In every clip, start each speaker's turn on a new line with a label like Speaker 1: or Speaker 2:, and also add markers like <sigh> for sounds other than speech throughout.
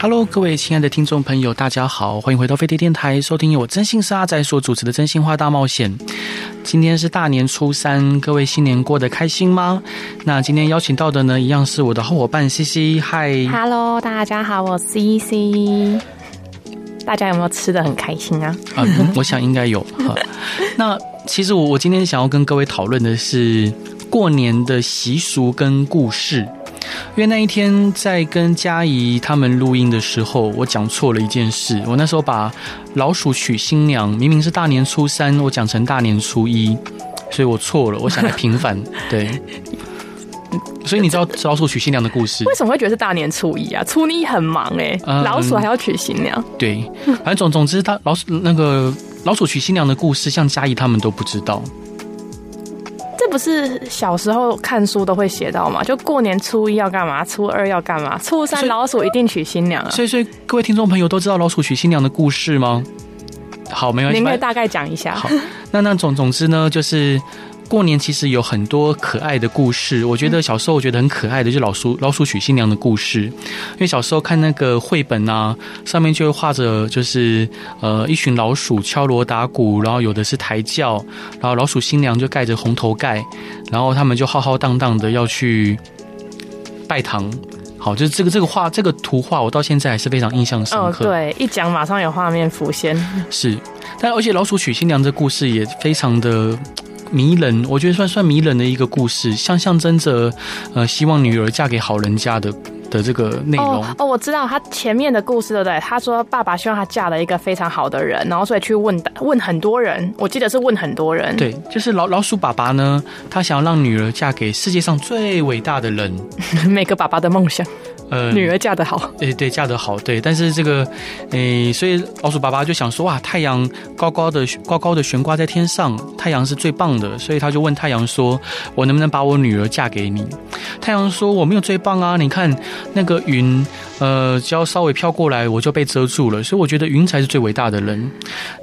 Speaker 1: Hello，各位亲爱的听众朋友，大家好，欢迎回到飞碟电台，收听由我真心是阿仔所主持的《真心话大冒险》。今天是大年初三，各位新年过得开心吗？那今天邀请到的呢，一样是我的好伙伴西西，嗨，
Speaker 2: Hello，大家好，我是 E C。大家有没有吃的很开心啊？
Speaker 1: 啊、我想应该有。哈那其实我我今天想要跟各位讨论的是过年的习俗跟故事，因为那一天在跟嘉怡他们录音的时候，我讲错了一件事。我那时候把老鼠娶新娘明明是大年初三，我讲成大年初一，所以我错了，我想来平反。对，所以你知道老鼠娶新娘的故事？
Speaker 2: 为什么会觉得是大年初一啊？初一很忙哎、
Speaker 1: 嗯
Speaker 2: 老鼠还要娶新娘，
Speaker 1: 对，反正总总之，他老鼠那个老鼠娶新娘的故事，像嘉怡他们都不知道。
Speaker 2: 这不是小时候看书都会写到吗？就过年初一要干嘛，初二要干嘛，初
Speaker 1: 所
Speaker 2: 三
Speaker 1: 以
Speaker 2: 老鼠一定娶新娘啊。
Speaker 1: 所以，所以各位听众朋友都知道老鼠娶新娘的故事吗？好，没关系
Speaker 2: 您可以
Speaker 1: 反正。
Speaker 2: 大概讲一下。
Speaker 1: 好那那总总之呢，就是过年其实有很多可爱的故事。我觉得小时候我觉得很可爱的，就是老鼠老鼠娶新娘的故事。因为小时候看那个绘本啊，上面就会画着就是呃一群老鼠敲锣打鼓，然后有的是抬轿，然后老鼠新娘就盖着红头盖，然后他们就浩浩荡荡的要去拜堂。好，就是这个这个画这个图画，我到现在还是非常印象深
Speaker 2: 嗯，
Speaker 1: 刻。
Speaker 2: 对，一讲马上有画面浮现。
Speaker 1: 是，但而且老鼠娶新娘这故事也非常的迷人，我觉得算算迷人的一个故事，像象征着呃希望女儿嫁给好人家的的这个内容。
Speaker 2: 哦哦，我知道他前面的故事，对不对？他说爸爸希望他嫁了一个非常好的人，然后所以去问问很多人，我记得是问很多人。，
Speaker 1: 对，就是老老鼠爸爸呢，他想要让女儿嫁给世界上最伟大的人，
Speaker 2: <laughs> 每个爸爸的梦想，
Speaker 1: 呃，
Speaker 2: 女儿嫁得好。
Speaker 1: 诶、对，嫁得好，对，但是这个，诶、所以老鼠爸爸就想说，哇，太阳高高的高高的悬挂在天上，太阳是最棒的，所以他就问太阳说，我能不能把我女儿嫁给你？太阳说，我没有最棒啊，你看那个云，呃，只要稍微飘过来，我就被遮住了，所以我觉得云才是最伟大的人。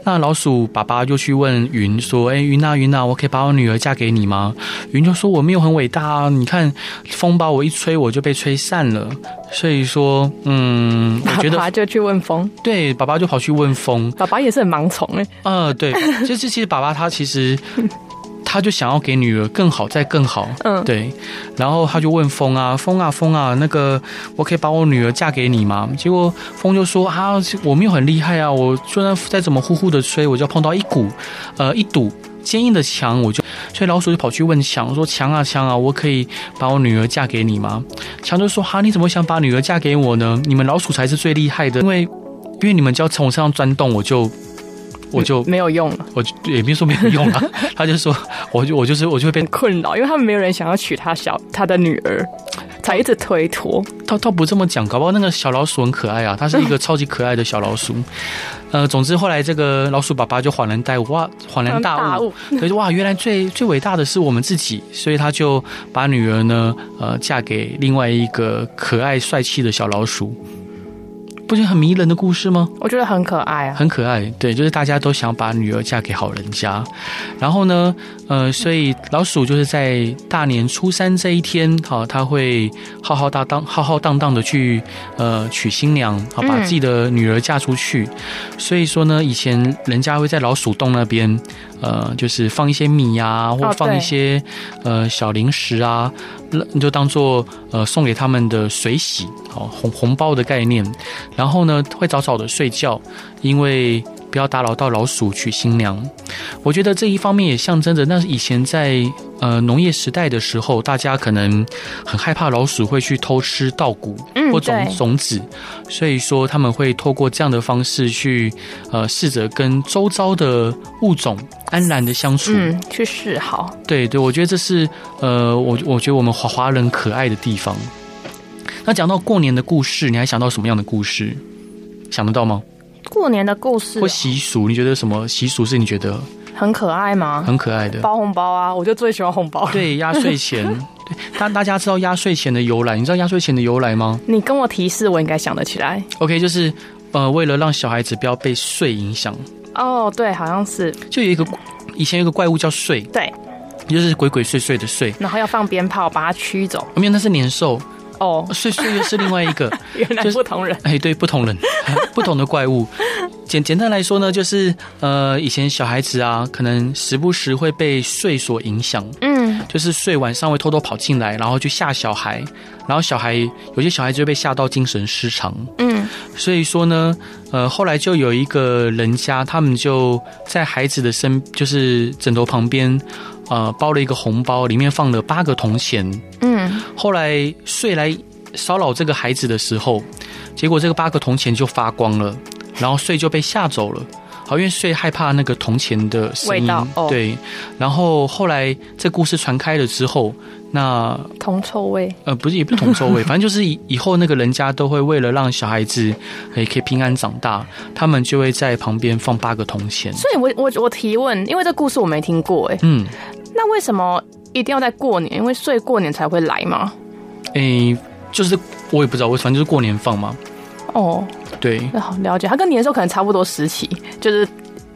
Speaker 1: 那老鼠爸爸就去问云说，诶、云啊云啊，我可以把我女儿嫁给你吗？云就说，我没有很伟大啊，你看风把我一吹，我就被吹散了。所以说，嗯，我觉
Speaker 2: 爸爸
Speaker 1: 得
Speaker 2: 就去问风，
Speaker 1: 对，爸爸就跑去问风，
Speaker 2: 爸爸也是很盲从哎、
Speaker 1: 呃，对，就是其实爸爸他其实他就想要给女儿更好，再更好，
Speaker 2: 嗯
Speaker 1: 对，然后他就问风啊，风啊，风啊，那个我可以把我女儿嫁给你吗？结果风就说啊，我没有很厉害啊，我就算再怎么呼呼的吹，我就要碰到一股，呃，一堵坚硬的墙，我就，所以老鼠就跑去问墙说，墙啊墙啊，我可以把我女儿嫁给你吗？墙就说哈、你怎么想把女儿嫁给我呢？你们老鼠才是最厉害的，因为因为你们只要从我身上钻洞，我就。我就
Speaker 2: 没有用了，
Speaker 1: 我就也没说没有 <laughs> 用啊，他就说，我就我就是我就会被
Speaker 2: 很困扰，因为他们没有人想要娶他小他的女儿，才一直推脱。
Speaker 1: 倒倒不这么讲，搞不好那个小老鼠很可爱啊，它是一个超级可爱的小老鼠。呃，总之后来这个老鼠爸爸就恍然大悟，哇，恍然大
Speaker 2: 大
Speaker 1: 悟，所以哇，原来最最伟大的是我们自己，所以他就把女儿呢，呃，嫁给另外一个可爱帅气的小老鼠。不是很迷人的故事吗？
Speaker 2: 我觉得很可爱啊。
Speaker 1: 很可爱，对，就是大家都想把女儿嫁给好人家。然后呢，呃，所以老鼠就是在大年初三这一天，好、他会浩浩荡荡、浩浩荡荡的去呃娶新娘，好、把
Speaker 2: 嗯
Speaker 1: 自己的女儿嫁出去。所以说呢，以前人家会在老鼠洞那边，呃，就是放一些米呀、或
Speaker 2: 哦
Speaker 1: 放一
Speaker 2: 对
Speaker 1: 些、呃小零食啊，那你就当做呃送给他们的水洗，好、红红包的概念。然后呢，会早早的睡觉，因为不要打扰到老鼠娶新娘。我觉得这一方面也象征着，那以前在呃农业时代的时候，大家可能很害怕老鼠会去偷吃稻谷
Speaker 2: 嗯
Speaker 1: 或种
Speaker 2: 对
Speaker 1: 种子，所以说他们会透过这样的方式去呃试着跟周遭的物种安然的相处。
Speaker 2: 嗯，去示好。
Speaker 1: 对对，我觉得这是呃，我我觉得我们华华人可爱的地方。那讲到过年的故事，你还想到什么样的故事？想得到吗？
Speaker 2: 过年的故事
Speaker 1: 或习俗，你觉得什么习俗是你觉得
Speaker 2: 很可爱吗？
Speaker 1: 很可
Speaker 2: <laughs>
Speaker 1: 爱的？
Speaker 2: 包红包啊，我就最喜欢红包了。
Speaker 1: 对，压岁钱。对，大大家知道压岁钱的由来，你知道压岁钱的由来吗
Speaker 2: 你跟我提示，我应该想得起来。
Speaker 1: ？OK，就是呃，为了让小孩子不要被税影响，
Speaker 2: 哦，对，好像是
Speaker 1: 就有一个以前有一个怪物叫税，
Speaker 2: 对，
Speaker 1: 就是鬼鬼祟祟的祟。
Speaker 2: 然后要放鞭炮把它驱走。
Speaker 1: 没有，那是年兽，
Speaker 2: 哦，
Speaker 1: 岁岁又是另外一个。
Speaker 2: 原来
Speaker 1: 就是
Speaker 2: 不同
Speaker 1: <laughs>
Speaker 2: 人。
Speaker 1: 哎，对，不同人，不同的怪物。简简单来说呢，就是呃，以前小孩子啊，可能时不时会被睡所影响，
Speaker 2: 嗯，
Speaker 1: 就是睡晚上会偷偷跑进来，然后去吓小孩，然后小孩有些小孩就会被吓到精神失常。
Speaker 2: 嗯，
Speaker 1: 所以说呢，呃，后来就有一个人家，他们就在孩子的身，就是枕头旁边，呃，包了一个红包，里面放了八个铜钱。
Speaker 2: 嗯，
Speaker 1: 后来睡来骚扰这个孩子的时候，结果这个八个铜钱就发光了，然后睡就被吓走了。好，因为睡害怕那个铜钱的声
Speaker 2: 味
Speaker 1: 音
Speaker 2: 道，哦
Speaker 1: 对。然后后来这故事传开了之后，那
Speaker 2: 铜臭味。
Speaker 1: 呃不是也不是铜臭
Speaker 2: <laughs>
Speaker 1: 味，反正就是以以后那个人家都会为了让小孩子也可以平安长大，他们就会在旁边放八个铜钱。
Speaker 2: 所以我我我提问，因为这故事我没听过，哎，
Speaker 1: 嗯，
Speaker 2: 那为什么一定要在过年？因为睡过年才会来吗？
Speaker 1: 诶、就是我也不知道，我反正就是过年放嘛。
Speaker 2: 哦，
Speaker 1: 对，
Speaker 2: 那好了解，它跟年兽可能差不多时期，就是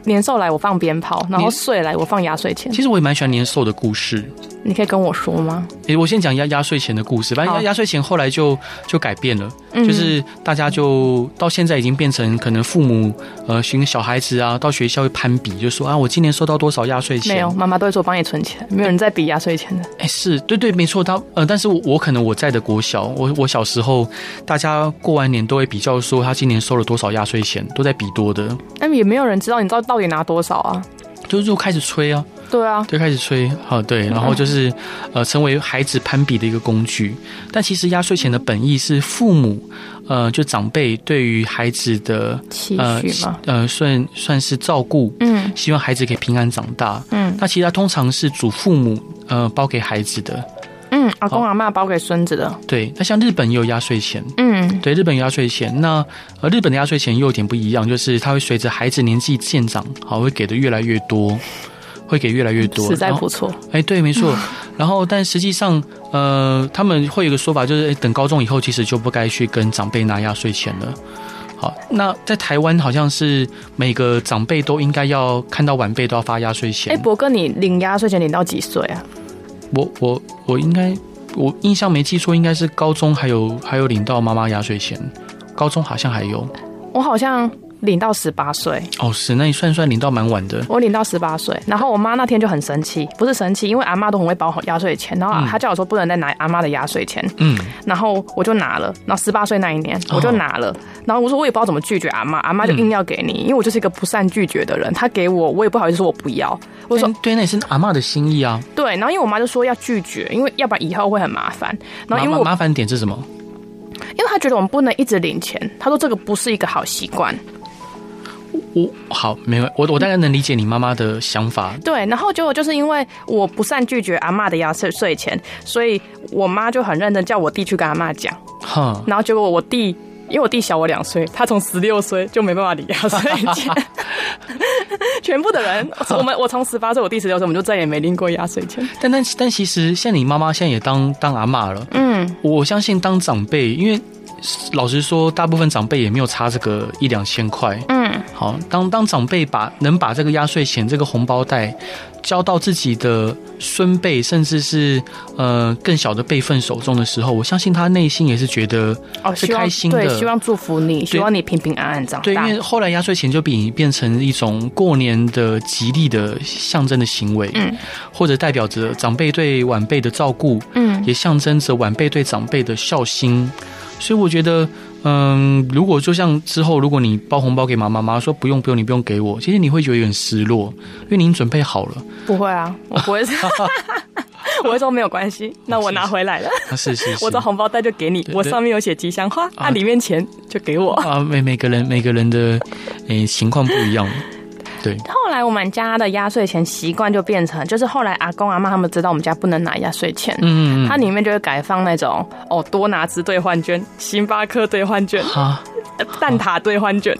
Speaker 2: 年兽来我放鞭炮，然后岁来我放压岁钱。
Speaker 1: 其实我也蛮喜欢年兽的故事。
Speaker 2: 你可以跟我说吗？
Speaker 1: 诶，我先讲压压岁钱的故事。反正
Speaker 2: 好
Speaker 1: 压压岁钱后来就就改变了，
Speaker 2: 嗯
Speaker 1: 就是大家就到现在已经变成可能父母呃寻小孩子啊到学校会攀比，就说啊我今年收到多少压岁钱？
Speaker 2: 没有，妈妈都会说我帮你存钱，没有人在比压岁钱的。
Speaker 1: 哎，是对对，没错。他呃，但是我我可能我在的国小，我我小时候，大家过完年都会比较说他今年收了多少压岁钱，都在比多的，
Speaker 2: 但哎也没有人知道你知道到底拿多少啊？
Speaker 1: 就就开始吹啊，
Speaker 2: 对啊，
Speaker 1: 就开始吹，好、对，然后就是呃，成为孩子攀比的一个工具。但其实压岁钱的本意是父母，呃，就长辈对于孩子的
Speaker 2: 期
Speaker 1: 呃
Speaker 2: 许嘛。
Speaker 1: 呃，算算是照顾，
Speaker 2: 嗯
Speaker 1: 希望孩子可以平安长大。
Speaker 2: 嗯
Speaker 1: 那其实它通常是祖父母呃包给孩子的，
Speaker 2: 嗯，阿公阿妈包给孙子的。
Speaker 1: 对。那像日本也有压岁钱，
Speaker 2: 嗯
Speaker 1: 对，日本有压岁钱。那呃，日本的压岁钱又有点不一样，就是它会随着孩子年纪渐长，好，会给的越来越多，会给越来越多。
Speaker 2: 实在
Speaker 1: 然后
Speaker 2: 不错。
Speaker 1: 哎、对，没错。然后，但实际上，呃，他们会有一个说法，就是、哎等高中以后，其实就不该去跟长辈拿压岁钱了。好，那在台湾好像是每个长辈都应该要看到晚辈都要发压岁钱。
Speaker 2: 哎，博哥，你领压岁钱领到几岁啊？
Speaker 1: 我我我应该我印象没记错，应该是高中还有还有领到妈妈压岁钱，高中好像还有。
Speaker 2: 我好像领到十八岁，
Speaker 1: 哦，是，那你算一算领到蛮晚的。
Speaker 2: 我领到十八岁。然后我妈那天就很生气，不是生气，因为阿妈都很会包压岁钱，然后她叫我说不能再拿阿妈的压岁钱，
Speaker 1: 嗯，
Speaker 2: 然后我就拿了，然后十八岁那一年我就拿了，然后我说我也不知道怎么拒绝阿妈，阿妈就硬要给你，因为我就是一个不善拒绝的人，她给我我也不好意思说我不要，我
Speaker 1: 我
Speaker 2: 说
Speaker 1: 说对，那也是阿嬷的心意啊。
Speaker 2: 对，然后因为我妈就说要拒绝，因为要不然以后会很麻烦，然后因为
Speaker 1: 麻
Speaker 2: 我
Speaker 1: 麻烦点是什么？
Speaker 2: 因为她觉得我们不能一直领钱，她说这个不是一个好习惯，
Speaker 1: 我好，没有，我我大概能理解你妈妈的想法。
Speaker 2: 对，然后结果就是因为我不善拒绝阿妈的压岁岁钱，所以我妈就很认真叫我弟去跟阿妈讲，
Speaker 1: 哈，
Speaker 2: 然后结果我弟。因为我弟小我两岁，他从十六岁就没办法领压岁 <laughs> 钱，全部的人，我们我从十八岁，我弟十六岁，我们就再也没领过压岁钱。
Speaker 1: 但但但其实，像你妈妈现在也当当阿嬷了，
Speaker 2: 嗯，
Speaker 1: 我相信当长辈，因为老实说，大部分长辈也没有差这个一两千块。
Speaker 2: 嗯，
Speaker 1: 好，当当长辈把能把这个压岁钱、这个红包袋交到自己的孙辈，甚至是呃更小的辈分手中的时候，我相信他内心也是觉得
Speaker 2: 哦，
Speaker 1: 是
Speaker 2: 希望
Speaker 1: 开心的
Speaker 2: 对，希望祝福你，希望你平平安安长
Speaker 1: 对，因
Speaker 2: 大。
Speaker 1: 为后来压岁钱就比变成一种过年的吉利的象征的行为，
Speaker 2: 嗯，
Speaker 1: 或者代表着长辈对晚辈的照顾，
Speaker 2: 嗯，
Speaker 1: 也象征着晚辈对长辈的孝心。所以我觉得，嗯，如果就像之后，如果你包红包给妈妈，妈妈说不用不用，你不用给我，其实你会觉得有点失落，因为你已经准备好了。
Speaker 2: 不会啊， <laughs> 我不会，我会说没有关系，那我拿回来了。
Speaker 1: 啊，是
Speaker 2: <laughs>
Speaker 1: 是是
Speaker 2: 我。的红包袋就给你，
Speaker 1: 对
Speaker 2: 我上面有写吉祥话，
Speaker 1: 啊
Speaker 2: 啊，里面钱就给我。
Speaker 1: 啊，每每个人每个人的诶、情况不一样，对，
Speaker 2: 后来我们家的压岁钱习惯就变成，就是后来阿公阿妈他们知道我们家不能拿压岁钱，
Speaker 1: 嗯，
Speaker 2: 它里面就会改放那种哦
Speaker 1: <laughs>
Speaker 2: 多拿兹兑换券、星巴克兑换券、
Speaker 1: 啊，
Speaker 2: 蛋挞兑换券。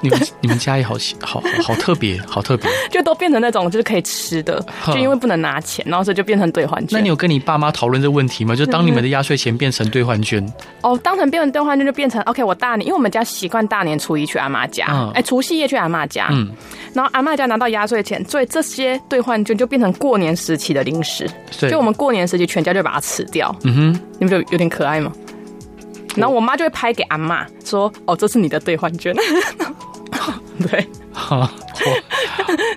Speaker 1: 你们你们家也好好好特别，好特别。
Speaker 2: 就都变成那种就是可以吃的，
Speaker 1: 哼
Speaker 2: 就因为不能拿钱，然后所以就变成兑换
Speaker 1: 那你
Speaker 2: 券。
Speaker 1: 有跟你爸妈讨论这个问题吗？就当你们的压岁钱变成兑换券，
Speaker 2: 哦，当成变成兑换券就变成 OK，我大年，因为我们家习惯大年初一去阿妈家，哎、
Speaker 1: 嗯
Speaker 2: 除夕夜去阿妈家，
Speaker 1: 嗯
Speaker 2: 然后阿妈家拿到压岁钱，所以这些兑换券就变成过年时期的零食，
Speaker 1: 对， <laughs>
Speaker 2: 就我们过年时期全家就把它吃掉，
Speaker 1: 嗯哼，
Speaker 2: 你不觉得有点可爱吗？然后我妈就会拍给阿妈说：“哦，这是你的兑换
Speaker 1: <laughs>
Speaker 2: 券。”对
Speaker 1: 哈，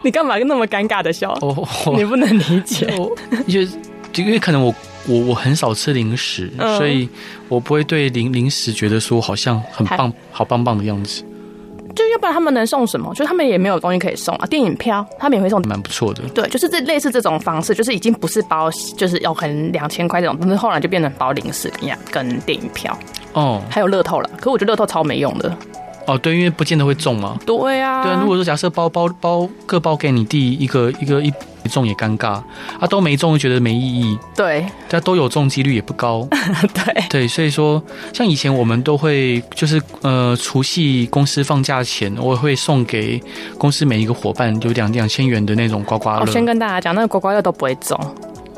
Speaker 2: 你干嘛那么尴尬的笑？
Speaker 1: 我我我
Speaker 2: 你不能理解。
Speaker 1: 我因为哦因为可能我我我很少吃零食，
Speaker 2: 嗯
Speaker 1: 所以我不会对零零食觉得说好像很
Speaker 2: 还
Speaker 1: 棒好棒棒的样子，
Speaker 2: 就要不然他们能送什么？就他们也没有东西可以送啊，电影票他们也会送。
Speaker 1: 蛮不错的。
Speaker 2: 对，就是这类似这种方式，就是已经不是包，就是有可能两千块这种，但是后来就变成包零食一样，跟电影票，
Speaker 1: 哦
Speaker 2: 还有乐透了。可我觉得乐透超没用的。
Speaker 1: 哦，对，因为不见得会中嘛。
Speaker 2: 对啊，
Speaker 1: 对啊，如果说假设包包包各包给你弟一个一个一中也尴尬，啊都没中就觉得没意义，
Speaker 2: 对
Speaker 1: 但都有中几率也不高。
Speaker 2: 对，
Speaker 1: 对，所以说像以前我们都会就是呃除夕公司放假前，我会送给公司每一个伙伴有两两千元的那种刮刮
Speaker 2: <laughs> 我
Speaker 1: 乐。
Speaker 2: 哦先跟大家讲，那个刮刮乐都不会中，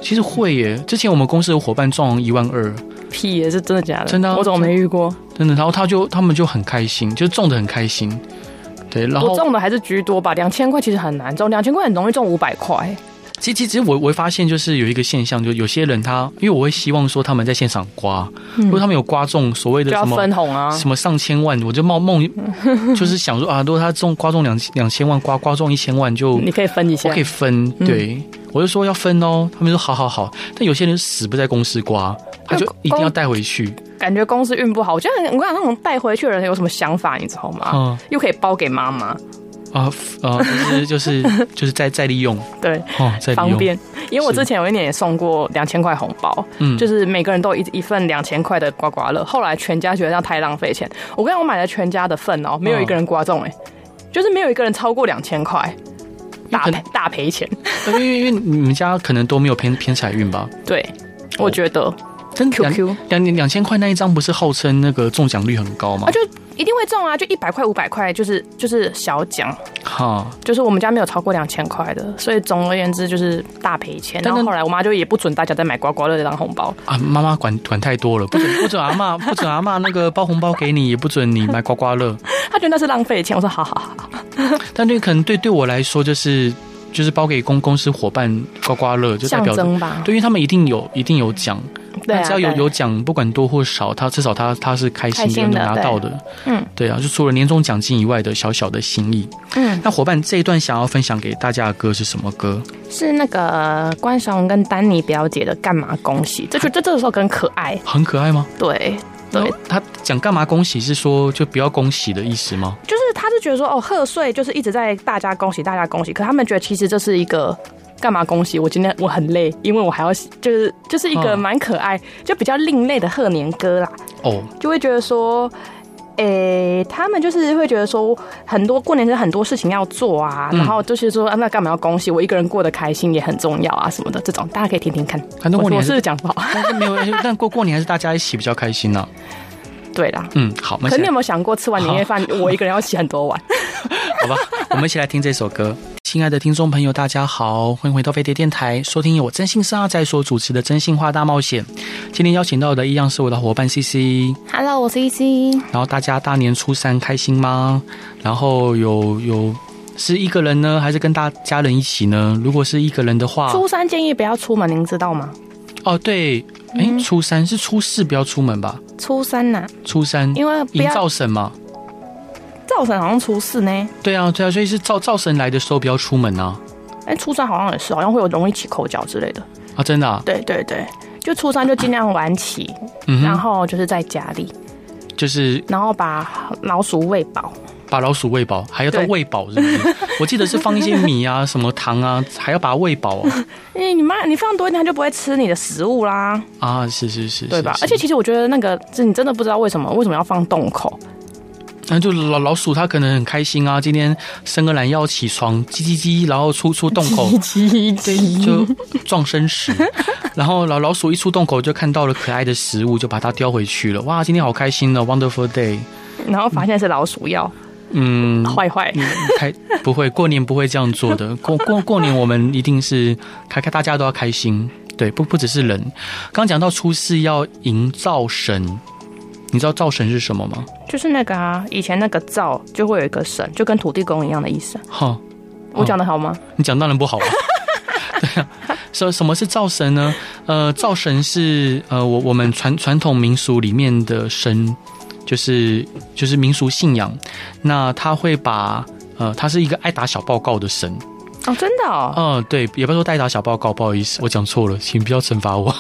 Speaker 1: 其实会耶，之前我们公司有伙伴中一万二，
Speaker 2: 屁也是真的假的？
Speaker 1: 真的啊
Speaker 2: 我怎么没遇过？
Speaker 1: 真的，然后他就他们就很开心，就中的很开心。对，然
Speaker 2: 我
Speaker 1: 后
Speaker 2: 中的还是居多吧，两千块其实很难中，两千块很容易中五百块。
Speaker 1: 其实其实我我会发现就是有一个现象，就有些人他，因为我会希望说他们在现场刮，如果他们有刮中所谓的
Speaker 2: 嗯就
Speaker 1: 什
Speaker 2: 要
Speaker 1: 么
Speaker 2: 分红啊，
Speaker 1: 什么上千万，我就冒
Speaker 2: <laughs>
Speaker 1: 梦，就是想说啊，如果他中刮中两两千万，刮刮中一千万就
Speaker 2: 你可以分一
Speaker 1: 我
Speaker 2: 下
Speaker 1: 可。以分，
Speaker 2: 嗯
Speaker 1: 对。我就说要分哦，他们说好好好，但有些人死不在公司刮，他就一定要带回去。
Speaker 2: 感觉公司运不好，我觉得我跟你讲，那种带回去的人有什么想法，你知道吗？
Speaker 1: 嗯
Speaker 2: 又可以包给妈妈，
Speaker 1: 啊啊，就是就是
Speaker 2: <laughs>
Speaker 1: 就是再再利用
Speaker 2: 对，
Speaker 1: 哦，再利
Speaker 2: 方
Speaker 1: 用。
Speaker 2: 便。因为我
Speaker 1: 是
Speaker 2: 之前有一年也送过两千块红包，
Speaker 1: 嗯
Speaker 2: 就是每个人都有一一份两千块的刮刮乐。后来全家觉得这样太浪费钱，我跟你讲，我买了全家的份哦，没有一个人刮中哎、
Speaker 1: 嗯
Speaker 2: 就是没有一个人超过两千块，大
Speaker 1: 可
Speaker 2: 赔大赔钱。
Speaker 1: 因为因为你们家可能都没有偏偏财运吧？
Speaker 2: 对，
Speaker 1: 哦
Speaker 2: 我觉得
Speaker 1: 真的
Speaker 2: QQ
Speaker 1: 两两两千块那一张不是号称那个中奖率很高吗
Speaker 2: 啊？就一定会中啊，就一百块五百块，就是就是小奖，
Speaker 1: 哈，
Speaker 2: 就是我们家没有超过两千块的，所以总而言之就是大赔钱。
Speaker 1: 但
Speaker 2: 然
Speaker 1: 那
Speaker 2: 后后来我妈就也不准大家再买刮刮乐这张红包，
Speaker 1: 啊，妈妈管管太多了，不准不准阿嬷不准阿嬷那个包红包给你，也不准你买刮刮乐。
Speaker 2: 她觉得那是浪费钱。我说好好好，
Speaker 1: 但对可能对对我来说就是就是包给公公司伙伴刮刮乐，就代
Speaker 2: 象
Speaker 1: 表着
Speaker 2: 征吧。
Speaker 1: 对，因为他们一定有一定有奖，
Speaker 2: 对啊，
Speaker 1: 只要有
Speaker 2: 对
Speaker 1: 有奖，不管多或少，他至少他他是开心
Speaker 2: 开心
Speaker 1: 的
Speaker 2: 的
Speaker 1: 拿到的。
Speaker 2: 嗯，
Speaker 1: 对啊，就除了年终奖金以外的小小的心意。
Speaker 2: 嗯，
Speaker 1: 那伙伴这一段想要分享给大家的歌是什么歌？
Speaker 2: 是那个关晓雯跟丹妮表姐的干嘛恭喜，这就这这个时候很可爱。
Speaker 1: 很可爱吗？
Speaker 2: 对，对，
Speaker 1: 他讲干嘛恭喜是说就不要恭喜的意思吗？
Speaker 2: 就是她是觉得说哦，贺岁就是一直在大家恭喜大家恭喜，可他们觉得其实这是一个。干嘛恭喜我？今天我很累，因为我还要就是就是一个
Speaker 1: 嗯
Speaker 2: 蛮可爱，就比较另类的贺年歌啦。
Speaker 1: 哦，
Speaker 2: 就会觉得说，诶、他们就是会觉得说，很多过年是很多事情要做啊，
Speaker 1: 嗯
Speaker 2: 然后就是说，啊，那干嘛要恭喜我一个人过得开心也很重要啊什么的，这种大家可以听听看。
Speaker 1: 反正过
Speaker 2: 我
Speaker 1: 年
Speaker 2: 我
Speaker 1: 还
Speaker 2: 是不
Speaker 1: 是
Speaker 2: 是讲不好，
Speaker 1: 但是没有，但过过年还是大家一起比较开心呐、
Speaker 2: <laughs>
Speaker 1: 啊
Speaker 2: 对啦。
Speaker 1: 嗯，好，我们
Speaker 2: 可是
Speaker 1: 先
Speaker 2: 你有没有想过，吃完年夜 <laughs> 饭，我一个人要洗很多碗？
Speaker 1: 好吧， <laughs> 我们一起来听这首歌。亲爱的听众朋友，大家好，欢迎回到飞碟电台，收听由我真心是阿仔所主持的《真心话大冒险》。今天邀请到的一样是我的伙伴 C C。
Speaker 2: Hello，我是依依。
Speaker 1: 然后大家大年初三开心吗？然后有有是一个人呢，还是跟大家人一起呢？如果是一个人的话，
Speaker 2: 初三建议不要出门，您知道吗？
Speaker 1: 哦对，哎，
Speaker 2: 嗯
Speaker 1: 初三是初四不要出门吧？
Speaker 2: 初三呐、
Speaker 1: 初三
Speaker 2: 因为不
Speaker 1: 迎
Speaker 2: 要
Speaker 1: 灶神嘛，
Speaker 2: 造成好像初四呢。
Speaker 1: 对啊对啊，所以是灶灶神来的时候不要出门啊
Speaker 2: 哎，初三好像也是，好像会有容易起口角之类的。
Speaker 1: 啊真的啊，
Speaker 2: 对对对，就初三就尽量晚起，
Speaker 1: 嗯
Speaker 2: 然
Speaker 1: 哼，
Speaker 2: 后就是在家里，
Speaker 1: 就是
Speaker 2: 然后把老鼠喂饱。
Speaker 1: 把老鼠喂饱，还要到
Speaker 2: 对
Speaker 1: 喂饱，是不
Speaker 2: <laughs>
Speaker 1: 是？我记得是放一些米啊、什么糖啊，还要把它喂饱啊。
Speaker 2: 因为你妈你放多一点，它就不会吃你的食物啦，
Speaker 1: 啊，是是是，
Speaker 2: 对吧
Speaker 1: 是？是
Speaker 2: 而且其实我觉得那个，这你真的不知道为什么为什么要放洞口，。
Speaker 1: 那就老老鼠它可能很开心啊，今天伸个懒腰起床，叽叽叽，然后出出洞口
Speaker 2: <laughs> 叽叽
Speaker 1: 就撞生
Speaker 2: <laughs>
Speaker 1: 石，然后老老鼠一出洞口就看到了可爱的食物，就把它叼回去了。哇，今天好开心哦，Wonderful day！
Speaker 2: 然后发现是老鼠药，
Speaker 1: 嗯，
Speaker 2: 坏坏，
Speaker 1: 开不会，过年不会这样做的。 <laughs> 过过过年，我们一定是开开，大家都要开心。对，不不只是人。刚讲到出世要迎灶神，你知道灶神是什么吗？
Speaker 2: 就是那个啊，以前那个灶就会有一个神，就跟土地公一样的意思啊。
Speaker 1: 哈，
Speaker 2: 我讲的好吗？
Speaker 1: 你讲当然不好啊。 <laughs> 对啊，什什么是灶神呢？呃，灶神是呃我我们传传统民俗里面的神，就是就是民俗信仰。那他会把呃，他是一个爱打小报告的神。
Speaker 2: 哦，真的哦，
Speaker 1: 嗯，对，也不要说代打小报告，不好意思，我讲错了，请不要惩罚
Speaker 2: <laughs>
Speaker 1: 我。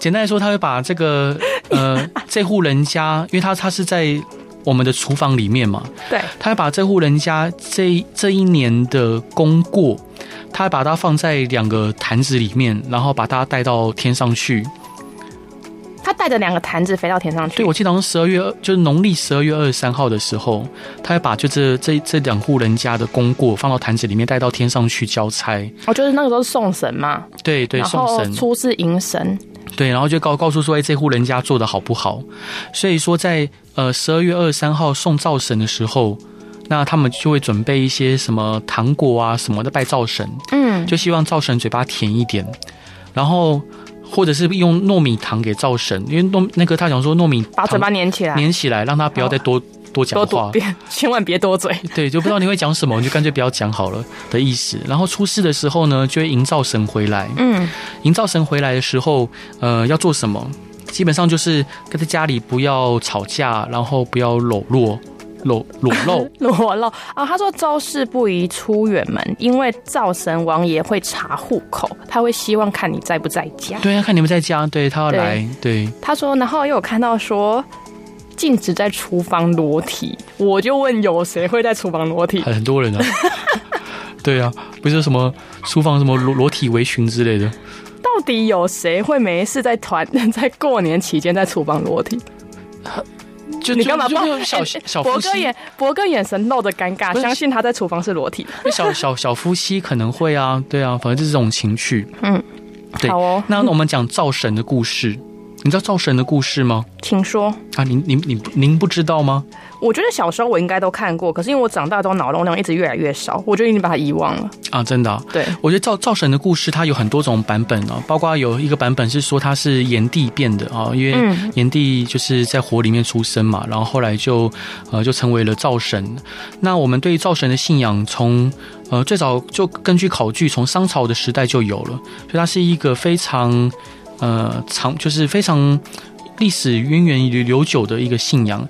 Speaker 1: 简单来说，他会把这个
Speaker 2: <laughs>
Speaker 1: 呃这户人家，因为他他是在我们的厨房里面嘛，
Speaker 2: 对，
Speaker 1: 他会把这户人家这这一年的功过，他把它放在两个坛子里面，然后把它带到天上去。
Speaker 2: 他带着两个坛子飞到天上去。
Speaker 1: 对，我记得好像十二月二，就是农历十二月二十三号的时候，他会把就这这这两户人家的功过放到坛子里面，带到天上去交差。
Speaker 2: 哦，就是那个时候送神嘛，
Speaker 1: 对对，
Speaker 2: 然
Speaker 1: 送
Speaker 2: 后
Speaker 1: 神。
Speaker 2: 出世迎神，
Speaker 1: 对，然后就告告诉说，哎，这户人家做的好不好？所以说在，呃十二月二十三号送灶神的时候，那他们就会准备一些什么糖果啊什么的拜灶神，
Speaker 2: 嗯，
Speaker 1: 就希望灶神嘴巴甜一点，然后或者是用糯米糖给灶神，因为糯那个他讲说糯米
Speaker 2: 把嘴
Speaker 1: 糖
Speaker 2: 巴粘起来，
Speaker 1: 粘起来，让他不要再多、多嗯讲
Speaker 2: 哦多
Speaker 1: 话
Speaker 2: 堵，，别 <laughs> 千万别多嘴。
Speaker 1: 对，就不知道你会讲什么，你就干脆不要讲好了的意思。然后出事的时候呢，就会迎灶神回来，
Speaker 2: 嗯，。
Speaker 1: 营造神回来的时候，呃，要做什么？基本上就是在家里不要吵架，然后不要裸露、裸裸露
Speaker 2: <laughs> 裸露啊！他说招式不宜出远门，因为灶神王爷会查户口，他会希望看你在不在家。
Speaker 1: 对啊，看你们在家，对他要来，对
Speaker 2: 他说，然后又有看到说禁止在厨房裸体，我就问有谁会在厨房裸体？
Speaker 1: 很很多人啊。 <laughs> 对啊，不是什么书房什么裸裸体围裙之类的，
Speaker 2: 到底有谁会没事在团 <laughs> 在过年期间在厨房裸体？
Speaker 1: 就
Speaker 2: 你干嘛
Speaker 1: 就
Speaker 2: 报
Speaker 1: 就就小
Speaker 2: 哎
Speaker 1: 小
Speaker 2: 博
Speaker 1: 夫
Speaker 2: 哥
Speaker 1: 妻
Speaker 2: 眼，博哥眼神露着尴尬
Speaker 1: 不，是
Speaker 2: 相信他在厨房是裸体的。
Speaker 1: 小小小夫妻可能会啊，对啊，反正就是这种情绪。对
Speaker 2: 嗯好哦，
Speaker 1: 那我们讲灶神的故事，你知道灶神的故事吗？
Speaker 2: 请说。
Speaker 1: 啊，您您您您不知道吗？
Speaker 2: 我觉得小时候我应该都看过，可是因为我长大之后脑容量一直越来越少，我就已经把它遗忘了。
Speaker 1: 啊，真的啊、
Speaker 2: 对，
Speaker 1: 我觉得赵赵神的故事它有很多种版本哦，包括有一个版本是说他是炎帝变的啊、哦，因为
Speaker 2: 嗯
Speaker 1: 炎帝就是在火里面出生嘛，然后后来就呃就成为了灶神。那我们对于灶神的信仰从，呃最早就根据考据从商朝的时代就有了，所以它是一个非常呃长就是非常历史渊源流流久的一个信仰。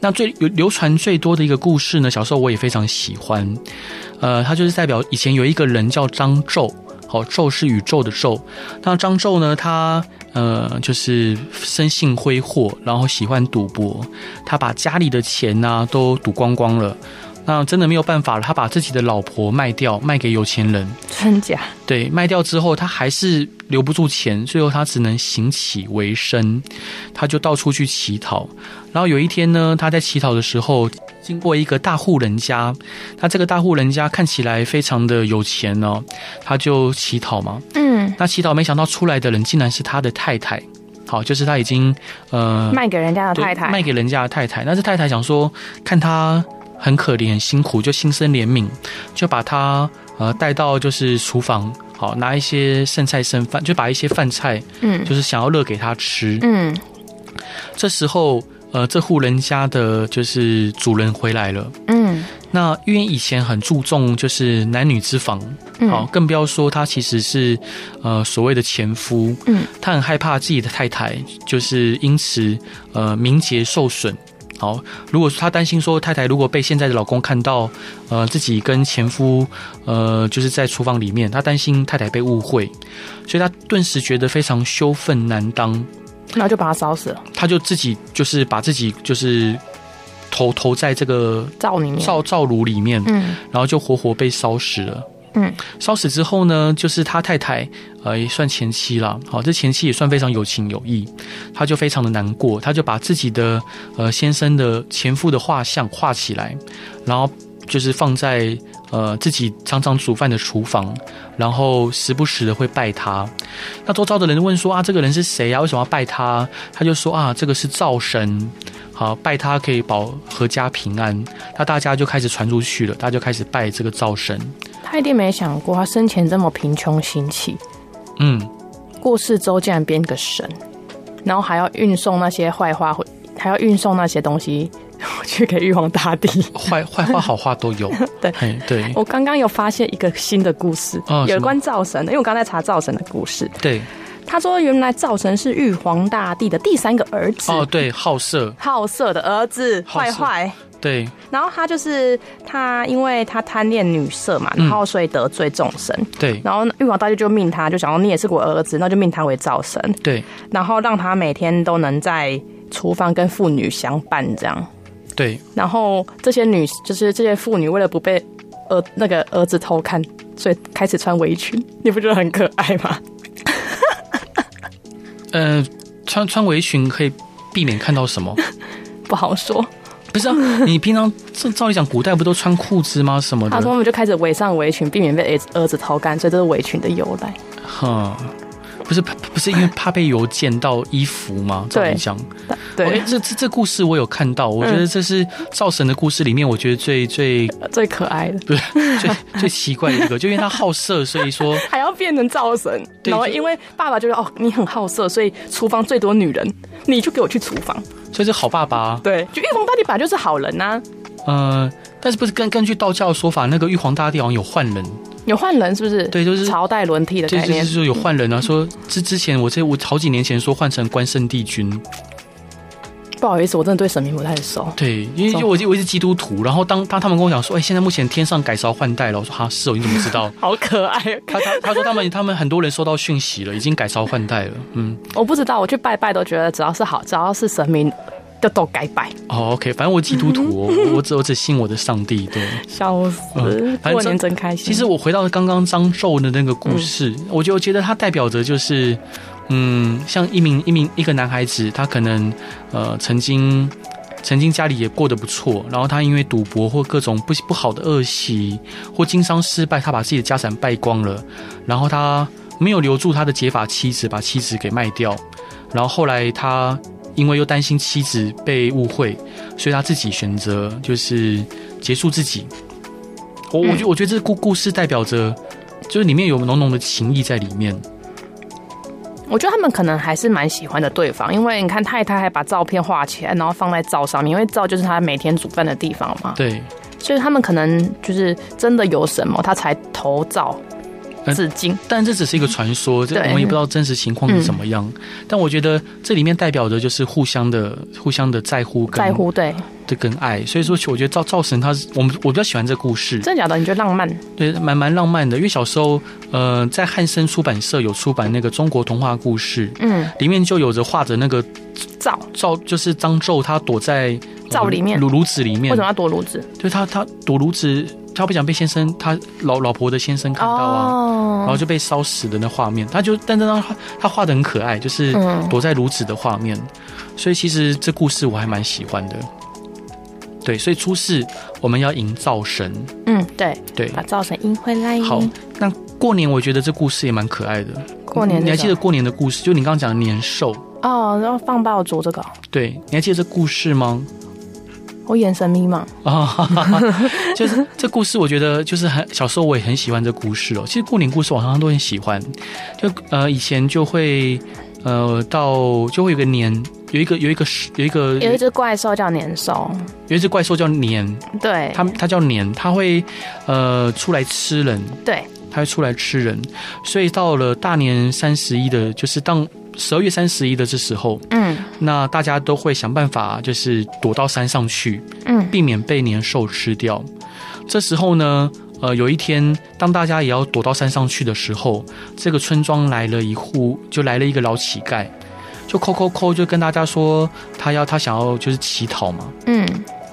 Speaker 1: 那最流流传最多的一个故事呢，小时候我也非常喜欢。呃，它就是代表以前有一个人叫张宙，好、宙是宇宙的宙。那张宙呢，他呃就是生性挥霍，然后喜欢赌博，他把家里的钱呢、都赌光光了。那真的没有办法了，他把自己的老婆卖掉，卖给有钱人。
Speaker 2: 真假？
Speaker 1: 对，卖掉之后他还是留不住钱，最后他只能行乞为生，他就到处去乞讨。然后有一天呢，他在乞讨的时候，经过一个大户人家，他这个大户人家看起来非常的有钱哦，他就乞讨嘛。
Speaker 2: 嗯，
Speaker 1: 那乞讨没想到出来的人竟然是他的太太，好，就是他已经呃
Speaker 2: 卖给人家的
Speaker 1: 对
Speaker 2: 啊太太，
Speaker 1: 卖给人家的太太。但是太太想说，看他很可怜、很辛苦，就心生怜悯，就把他呃带到就是厨房，好拿一些剩菜剩饭，就把一些饭菜，
Speaker 2: 嗯
Speaker 1: 就是想要热给他吃。
Speaker 2: 嗯，
Speaker 1: 这时候，呃，这户人家的就是主人回来了。
Speaker 2: 嗯
Speaker 1: 那因为以前很注重就是男女之防，
Speaker 2: 嗯，
Speaker 1: 好，更不要说他其实是呃所谓的前夫，
Speaker 2: 嗯，
Speaker 1: 他很害怕自己的太太就是因此呃名节受损。好，如果他担心说太太如果被现在的老公看到，呃，自己跟前夫，呃，就是在厨房里面，他担心太太被误会，所以他顿时觉得非常羞愤难当，
Speaker 2: 然后就把他烧死了，
Speaker 1: 他就自己就是把自己就是投投在这个
Speaker 2: 灶里面。
Speaker 1: 灶灶炉里面，
Speaker 2: 嗯
Speaker 1: 然后就活活被烧死了。
Speaker 2: 嗯，
Speaker 1: 烧死之后呢，就是他太太，呃，也算前妻啦。好、这前妻也算非常有情有义，他就非常的难过，他就把自己的呃先生的前夫的画像画起来，然后就是放在呃自己常常煮饭的厨房，然后时不时的会拜他。那周遭的人问说啊，这个人是谁啊？为什么要拜他？他就说啊，这个是灶神。好拜他可以保阖家平安。那大家就开始传出去了，大家就开始拜这个灶神。
Speaker 2: 他一定没想过，他生前这么贫穷行乞，
Speaker 1: 嗯，
Speaker 2: 过世之后竟然变个神，然后还要运送那些坏话回，还要运送那些东西 <laughs> 去给玉皇大帝。
Speaker 1: 坏坏话好话都有。
Speaker 2: <laughs> 对
Speaker 1: 嘿，对
Speaker 2: 我刚刚有发现一个新的故事，
Speaker 1: 哦什么
Speaker 2: 有关灶神的，因为我刚才查灶神的故事，
Speaker 1: 对
Speaker 2: 他说原来灶神是玉皇大帝的第三个儿子，
Speaker 1: 哦，对好色，
Speaker 2: 好色的儿子，
Speaker 1: 好
Speaker 2: 坏
Speaker 1: 色
Speaker 2: 坏。
Speaker 1: 对
Speaker 2: 然后他就是他，因为他贪恋女色
Speaker 1: 嗯
Speaker 2: 嘛，然后所以得罪众神，
Speaker 1: 对
Speaker 2: 然后玉皇大帝就命他，就想说你也是我儿子，那就命他为灶神，
Speaker 1: 对
Speaker 2: 然后让他每天都能在厨房跟妇女相伴这样。
Speaker 1: 对，
Speaker 2: 然后这些女就是这些妇女为了不被儿那个儿子偷看，所以开始穿围裙，你不觉得很可爱吗？
Speaker 1: 嗯、穿穿围裙可以避免看到什
Speaker 2: <laughs>
Speaker 1: 么？
Speaker 2: 不好说。
Speaker 1: 不是啊，你平常照照理讲，古代不都穿裤子吗？什么
Speaker 2: 他说
Speaker 1: 的？
Speaker 2: 我们就开始围上围裙，避免被儿子偷看，所以这是围裙的由来。
Speaker 1: 哼，不是不是因为怕被油溅到衣服吗？照理
Speaker 2: 对
Speaker 1: 讲，哦
Speaker 2: 对嗯
Speaker 1: 诶，这这这故事我有看到，我觉得这是灶神的故事里面，我觉得最最
Speaker 2: 最可爱的。
Speaker 1: 不是最最奇怪的一个，就因为他好色，所以说
Speaker 2: 还要变成灶神，
Speaker 1: 对
Speaker 2: 然后
Speaker 1: 就
Speaker 2: 因为爸爸觉得哦你很好色，所以厨房最多女人，你就给我去厨房。
Speaker 1: 所以是好爸爸啊、
Speaker 2: 对，就玉皇大帝本来就是好人啊呐、
Speaker 1: 呃，但是不是根根据道教的说法，那个玉皇大帝好像有换人，
Speaker 2: 有换人是不是？
Speaker 1: 对就是
Speaker 2: 朝代轮替的
Speaker 1: 对，
Speaker 2: 概
Speaker 1: 就是
Speaker 2: 念。
Speaker 1: 说有换人啊，说之之前我这我好几年前说换成关圣帝君，
Speaker 2: 不好意思，我真的对神明不太熟。？
Speaker 1: 对，因为因为我我是基督徒，然后当当他们跟我讲说，哎、现在目前天上改朝换代了，我说哈是哦，你怎么知道
Speaker 2: 好可爱，
Speaker 1: 他他他说他们他们很多人收到讯息了，已经改朝换代了，嗯。
Speaker 2: 我不知道，我去拜拜都觉得只要是好，只要是神明，就都该拜。
Speaker 1: 哦，OK，反正我基督徒、哦，我我只我只信我的上帝。对，
Speaker 2: 笑死，
Speaker 1: 嗯反正
Speaker 2: 过年真开心。嗯
Speaker 1: 其实我回到刚刚张寿的那个故事，我就觉得它代表着就是，嗯，像一名一名一个男孩子，他可能呃曾经曾经家里也过得不错，然后他因为赌博或各种不不好的恶习或经商失败，他把自己的家产败光了，然后他没有留住他的结发妻子，把妻子给卖掉，然后后来他因为又担心妻子被误会，所以他自己选择就是结束自己。我
Speaker 2: 嗯
Speaker 1: 我觉我觉得这故故事代表着，就是里面有浓浓的情谊在里面。
Speaker 2: 我觉得他们可能还是蛮喜欢的对方，因为你看太太还把照片画起来，然后放在灶上面，因为灶就是他每天煮饭的地方嘛。
Speaker 1: 对，
Speaker 2: 所以他们可能就是真的有什么，他才投照
Speaker 1: 嗯
Speaker 2: 致敬。
Speaker 1: 但这只是一个传说，这
Speaker 2: 嗯对嗯
Speaker 1: 我们也不知道真实情况是怎么样。但我觉得这里面代表的就是互相的、互相的在乎跟
Speaker 2: 在乎嗯对，
Speaker 1: 的跟爱。所以说，我觉得赵赵神他是我们我比较喜欢这故事，
Speaker 2: 真的假的？你觉得浪漫？
Speaker 1: 对，蛮蛮浪漫的。因为小时候，呃，在汉森出版社有出版那个中国童话故事，
Speaker 2: 嗯，
Speaker 1: 里面就有着画着那个
Speaker 2: 照
Speaker 1: 赵，就是张宙他躲在呃
Speaker 2: 灶里面
Speaker 1: 炉炉子里面
Speaker 2: 为什么，要多炉子？
Speaker 1: 对他他躲炉子，他不想被先生他老老婆的先生看到啊。
Speaker 2: 哦
Speaker 1: 然后就被烧死的那画面，他就，但是他他画的很可爱，就是
Speaker 2: 嗯
Speaker 1: 躲在炉子的画面，所以其实这故事我还蛮喜欢的。对，所以出事我们要营造神，
Speaker 2: 嗯，对，
Speaker 1: 对，
Speaker 2: 把灶神迎回来。
Speaker 1: 好，那过年我觉得这故事也蛮可爱的。
Speaker 2: 过年
Speaker 1: 你还
Speaker 2: 那
Speaker 1: 记得过年的故事？就你刚刚讲的年兽，
Speaker 2: 种哦，然后放爆竹这个，
Speaker 1: 对，你还记得这故事吗？
Speaker 2: 我眼神迷茫。
Speaker 3: 嗯
Speaker 1: 啊，哈哈哈 <laughs> 就是这故事，我觉得就是很小时候我也很喜欢这故事哦。其实过年故事我常常都很喜欢，就呃以前就会呃到就会有个年，有一个有一个有一个
Speaker 2: 有一只怪兽叫年兽，
Speaker 1: 有一只怪兽叫年，
Speaker 2: 对，
Speaker 1: 它它叫年，它会呃出来吃人，
Speaker 2: 对，
Speaker 1: 它会出来吃人，所以到了大年三十一的，就是当十二月三十一的这时候，
Speaker 2: 嗯
Speaker 1: 那大家都会想办法，就是躲到山上去，
Speaker 2: 嗯，
Speaker 1: 避免被年兽吃掉。这时候呢，呃，有一天，当大家也要躲到山上去的时候，这个村庄来了一户，就来了一个老乞丐，就抠抠抠，就跟大家说他要他想要就是乞讨嘛。
Speaker 2: 嗯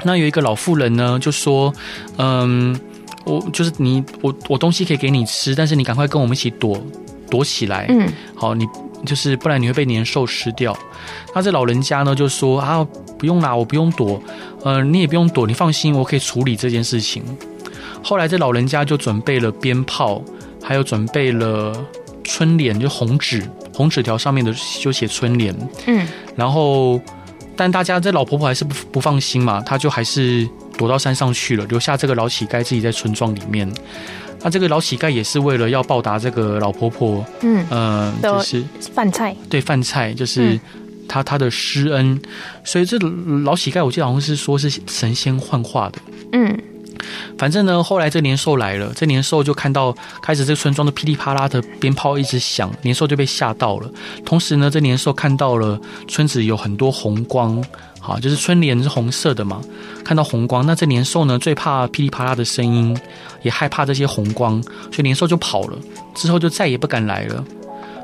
Speaker 1: 那有一个老妇人呢，就说，嗯，我就是你，我我东西可以给你吃，但是你赶快跟我们一起躲躲起来。
Speaker 2: 嗯，
Speaker 1: 好，你就是不然你会被年兽吃掉。那这老人家呢就说啊，不用啦，我不用躲，呃，你也不用躲，你放心，我可以处理这件事情。后来这老人家就准备了鞭炮，还有准备了春联，就红纸，红纸条上面的就写春联，
Speaker 2: 嗯，
Speaker 1: 然后但大家这老婆婆还是不不放心嘛，她就还是躲到山上去了，留下这个老乞丐自己在村庄里面。那这个老乞丐也是为了要报答这个老婆婆，
Speaker 2: 嗯，
Speaker 1: 呃，
Speaker 2: 对
Speaker 1: 就是
Speaker 2: 饭菜，
Speaker 1: 对饭菜，就是
Speaker 2: 嗯
Speaker 1: 他他的施恩，所以这老乞丐我记得好像是说是神仙幻化的。
Speaker 2: 嗯
Speaker 1: 反正呢，后来这年兽来了，这年兽就看到开始这个村庄的噼里啪啦的鞭炮一直响，年兽就被吓到了。同时呢，这年兽看到了村子有很多红光，好，就是春联是红色的嘛，看到红光，那这年兽呢最怕噼里啪啦的声音，也害怕这些红光，所以年兽就跑了，之后就再也不敢来了。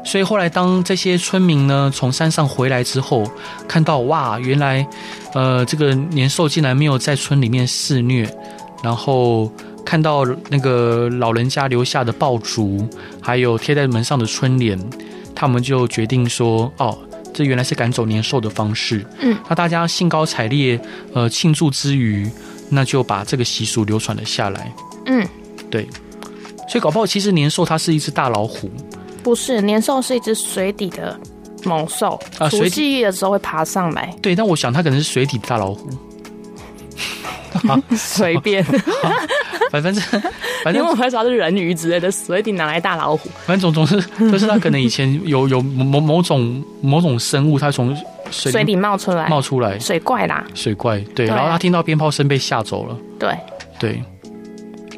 Speaker 1: 所以后来，当这些村民呢从山上回来之后，看到哇，原来，呃，这个年兽竟然没有在村里面肆虐，然后看到那个老人家留下的爆竹，还有贴在门上的春联，他们就决定说，哦，这原来是赶走年兽的方式。
Speaker 2: 嗯，
Speaker 1: 那大家兴高采烈，呃，庆祝之余，那就把这个习俗流传了下来。
Speaker 2: 嗯，
Speaker 1: 所以搞不好，其实年兽它是一只大老虎，
Speaker 2: 不是，年兽是一只水底的猛兽，
Speaker 1: 啊
Speaker 2: 除
Speaker 1: 水底
Speaker 2: 夕夜的时候会爬
Speaker 3: <laughs>
Speaker 2: 上来，
Speaker 1: 对，但我想它可能是水底的大老
Speaker 2: <laughs>
Speaker 1: 虎，
Speaker 3: 随 <laughs> 便，
Speaker 1: 反正
Speaker 3: 因
Speaker 1: 反
Speaker 3: 为
Speaker 1: 正
Speaker 3: 我们说是人鱼之类的，水底拿来大老虎，
Speaker 1: 反正总总
Speaker 2: <laughs>
Speaker 1: 是就是它可能以前有有某某种某种生物，它从水
Speaker 2: 水
Speaker 1: 里
Speaker 2: 里冒出来，
Speaker 1: 冒出来，
Speaker 2: 水怪啦，
Speaker 1: 水怪，对，
Speaker 2: 对啊
Speaker 1: 然后他听到鞭炮声被吓走了，
Speaker 2: 对。
Speaker 1: 对，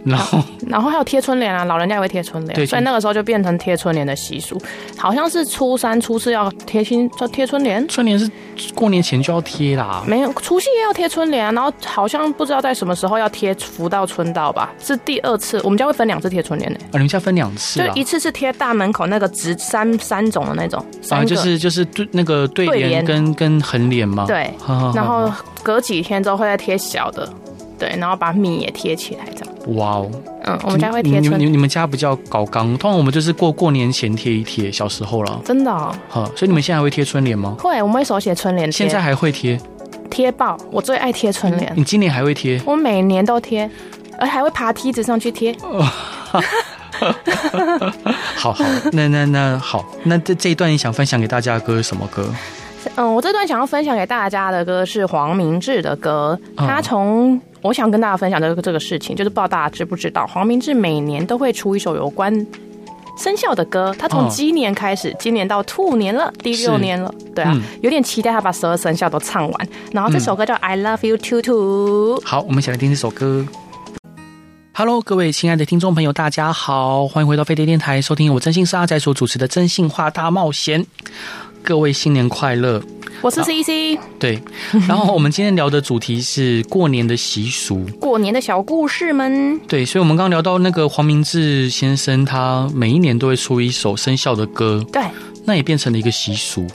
Speaker 1: 然后
Speaker 2: 然后还有贴春联啊，老人家也会贴春
Speaker 1: 对，
Speaker 2: 联，所以那个时候就变成贴春联的习俗，好像是初三、初四要贴新，要贴春
Speaker 1: <laughs>
Speaker 2: 联
Speaker 1: 春联是过年前就要贴啦，啊
Speaker 2: 没有除夕夜要贴春联啊，然后好像不知道在什么时候要贴福到春到吧，是第二次，我们家会分两次贴春联呢、
Speaker 1: 啊，你们家分两次
Speaker 2: 就
Speaker 1: 啦
Speaker 2: 一，次是贴大门口那个直三三种的那种，三
Speaker 1: 啊，
Speaker 2: 个，
Speaker 1: 就是就是对那个对
Speaker 2: 对
Speaker 1: 联
Speaker 2: 联
Speaker 1: 跟跟横联嘛，
Speaker 2: 对
Speaker 1: 好，好好
Speaker 2: 然后隔几天之后会再贴小的，对，然后把米也贴起来这样，
Speaker 1: 哇哦，
Speaker 2: 嗯，我们家会贴
Speaker 1: 你们
Speaker 2: 春
Speaker 1: 你们你们家不叫搞纲，通常我们就是过过年前贴一贴，小时候啦，
Speaker 2: 真的哦，
Speaker 1: 哈，所以你们现在还会贴春联吗？
Speaker 2: 会，我们会手写春联，贴嗯
Speaker 1: 现在嗯还会贴，
Speaker 2: 贴报，我最爱贴春联。
Speaker 1: 你今年还会贴？
Speaker 2: 我每年都贴，而还会爬梯子上去贴。
Speaker 1: 好好， <laughs> 那那那好，那这这一段你想分享给大家的歌是什么歌？
Speaker 2: 嗯，我这段想要分享给大家的歌是黄明志的歌，
Speaker 1: 嗯
Speaker 2: 他从。我想跟大家分享这个这个事情，就是不知道大家知不知道，黄明志每年都会出一首有关生肖的歌。他从
Speaker 1: 嗯
Speaker 2: 鸡年开始，今年到兔年了，第
Speaker 1: 是
Speaker 2: 六年了，对啊，
Speaker 1: 嗯
Speaker 2: 有点期待他把十二生肖都唱完。然后这首歌叫《I Love You Too Too》，
Speaker 1: 好，我们一起来听这首歌。Hello，各位亲爱的听众朋友，大家好，欢迎回到飞碟电台，收听由我真心是阿仔所主持的《真心话大冒险》。各位新年快乐！
Speaker 2: 我是 C C，
Speaker 1: 对，然后我们今天聊的主题是过年的习俗。
Speaker 2: 过年的小故事们，
Speaker 1: 对，所以我们刚刚聊到那个黄明志先生，他每一年都会出一首生肖的歌，
Speaker 2: 对，
Speaker 1: 那也变成了一个习俗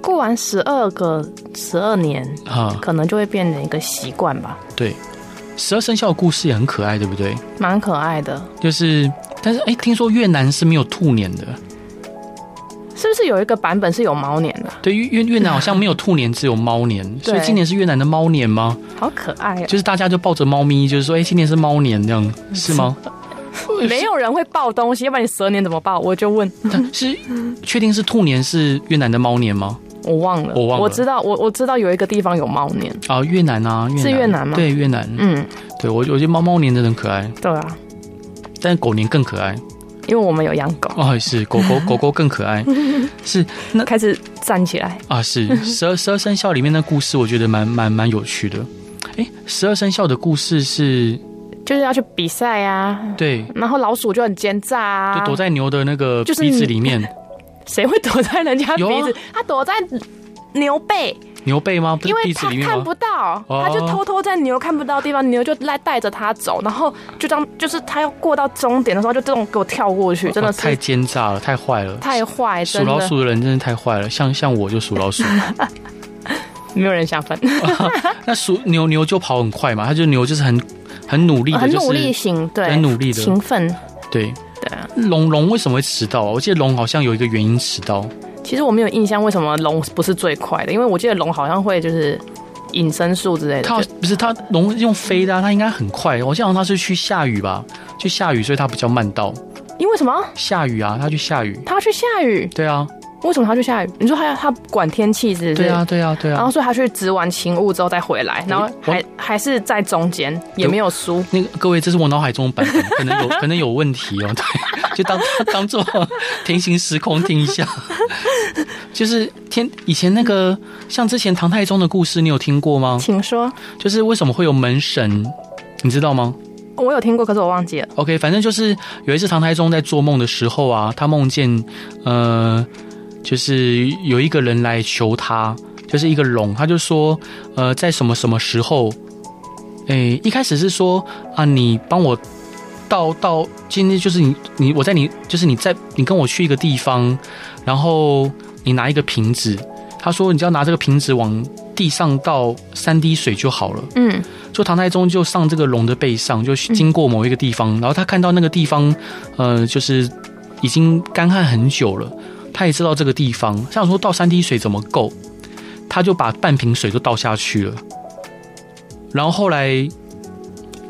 Speaker 2: 过完十二个十二年，
Speaker 1: 啊。
Speaker 2: 可能就会变成一个习惯吧，
Speaker 1: 对，十二生肖的故事也很可爱，对不对？
Speaker 2: 蛮可爱的。
Speaker 1: 就是，但是哎，听说越南是没有兔年的，
Speaker 2: 是不是有一个版本是有猫年的、
Speaker 1: 对，越越越南好像没有兔年，只有猫年，所以今年是越南的猫年吗？
Speaker 2: 好可爱哦、
Speaker 1: 就是大家就抱着猫咪，就是说，哎、今年是猫年这样，是吗？
Speaker 2: 没有人会抱东西，要不然你蛇年怎么抱？我就问，
Speaker 1: 是确定是兔年是越南的猫年吗？
Speaker 2: 我忘了，
Speaker 1: 我忘了
Speaker 2: 知道，我我知道有一个地方有猫年，
Speaker 1: 啊，越南啊，越南
Speaker 2: 是越南吗
Speaker 1: 对，越南。
Speaker 2: 嗯，
Speaker 1: 对我我觉得猫猫年真的很可爱，
Speaker 2: 对啊，
Speaker 1: 但狗年更可爱
Speaker 2: 因为我们有养狗，
Speaker 1: 哦，是狗狗狗狗更可爱，是那
Speaker 2: 开始站起来，
Speaker 1: 啊是十二十二生肖里面的故事，我觉得蛮蛮蛮有趣的。哎，十二生肖的故事是
Speaker 2: 就是要去比赛啊。
Speaker 1: 对，
Speaker 2: 然后老鼠就很奸诈啊
Speaker 1: 就，躲在牛的那个
Speaker 2: 就是
Speaker 1: 鼻子
Speaker 2: 你
Speaker 1: 里面，
Speaker 2: <laughs> 谁会躲在人家
Speaker 1: 有啊
Speaker 2: 鼻子？它躲在牛背，
Speaker 1: 牛背吗？不是
Speaker 2: 因为
Speaker 1: 鼻子
Speaker 2: 他
Speaker 1: 里面吗？
Speaker 2: 看不到，
Speaker 1: 哦
Speaker 2: 他就偷偷在牛看不到的地方，牛就赖带着他走，然后就这样，就是他要过到终点的时候，就这种给我跳过去，真
Speaker 1: 哇
Speaker 2: 的
Speaker 1: 哦太
Speaker 2: 是
Speaker 1: 奸诈了，太坏了。
Speaker 2: 太坏，
Speaker 1: 属
Speaker 2: 真
Speaker 1: 老
Speaker 2: 的
Speaker 1: 鼠的人真的太坏了，像像我就属老鼠，
Speaker 2: 没有人下分，
Speaker 1: 那属牛牛就跑很快嘛，它就牛就是很很
Speaker 4: <laughs>
Speaker 1: 努力的，
Speaker 2: 很
Speaker 1: 就是
Speaker 2: 努力型，对，
Speaker 1: 很努力的
Speaker 2: 勤奋。
Speaker 1: 对。
Speaker 2: 对啊，
Speaker 1: 龙龙为什么会迟到啊？我记得龙好像有一个原因迟到，
Speaker 2: 其实我没有印象为什么龙不是最快的，因为我记得龙好像会就是隐身术之类的，
Speaker 1: 它
Speaker 2: 就
Speaker 1: 不是它龙用飞的、啊，它应该很快。我记得它是去下雨吧，去下雨，所以它比较慢到。
Speaker 2: 因为什么？
Speaker 1: 下雨啊，它去下雨。
Speaker 2: 他要去下雨，
Speaker 1: 对啊，
Speaker 4: 为什么他去下雨？你说他要他
Speaker 1: 啊
Speaker 4: 管天气是不是？
Speaker 1: 对啊，对啊，对
Speaker 4: 然
Speaker 2: 哦
Speaker 1: 啊
Speaker 4: 后。所以他去植完勤务之后再回来，然后还还是在中间，也没有输。
Speaker 1: 那个各位，这是我脑海中的版本，可能有可能有问题哦。 <laughs> 对，就当当做平行时空听一下。 <laughs> 就是天以前那个像之前唐太宗的故事，你有听过吗？
Speaker 4: 请说，
Speaker 1: 就是为什么会有门神，你知道吗？
Speaker 4: 我有听过，可是我忘记了。
Speaker 1: OK，反正就是有一次唐太宗在做梦的时候啊，他梦见呃，就是有一个人来求他，就是一个龙，他就说呃，在什么什么时候，诶、一开始是说啊，你帮我到到今天就是你你我在你就是你在你跟我去一个地方，然后你拿一个瓶子，他说你只要拿这个瓶子往地上倒三滴水就好了。
Speaker 4: 嗯，
Speaker 1: 就唐太宗就上这个龙的背上，就经过某一个地方，然后他看到那个地方，呃，就是已经干旱很久了，他也知道这个地方，想说倒三滴水怎么够，他就把半瓶水都倒下去了。然后后来，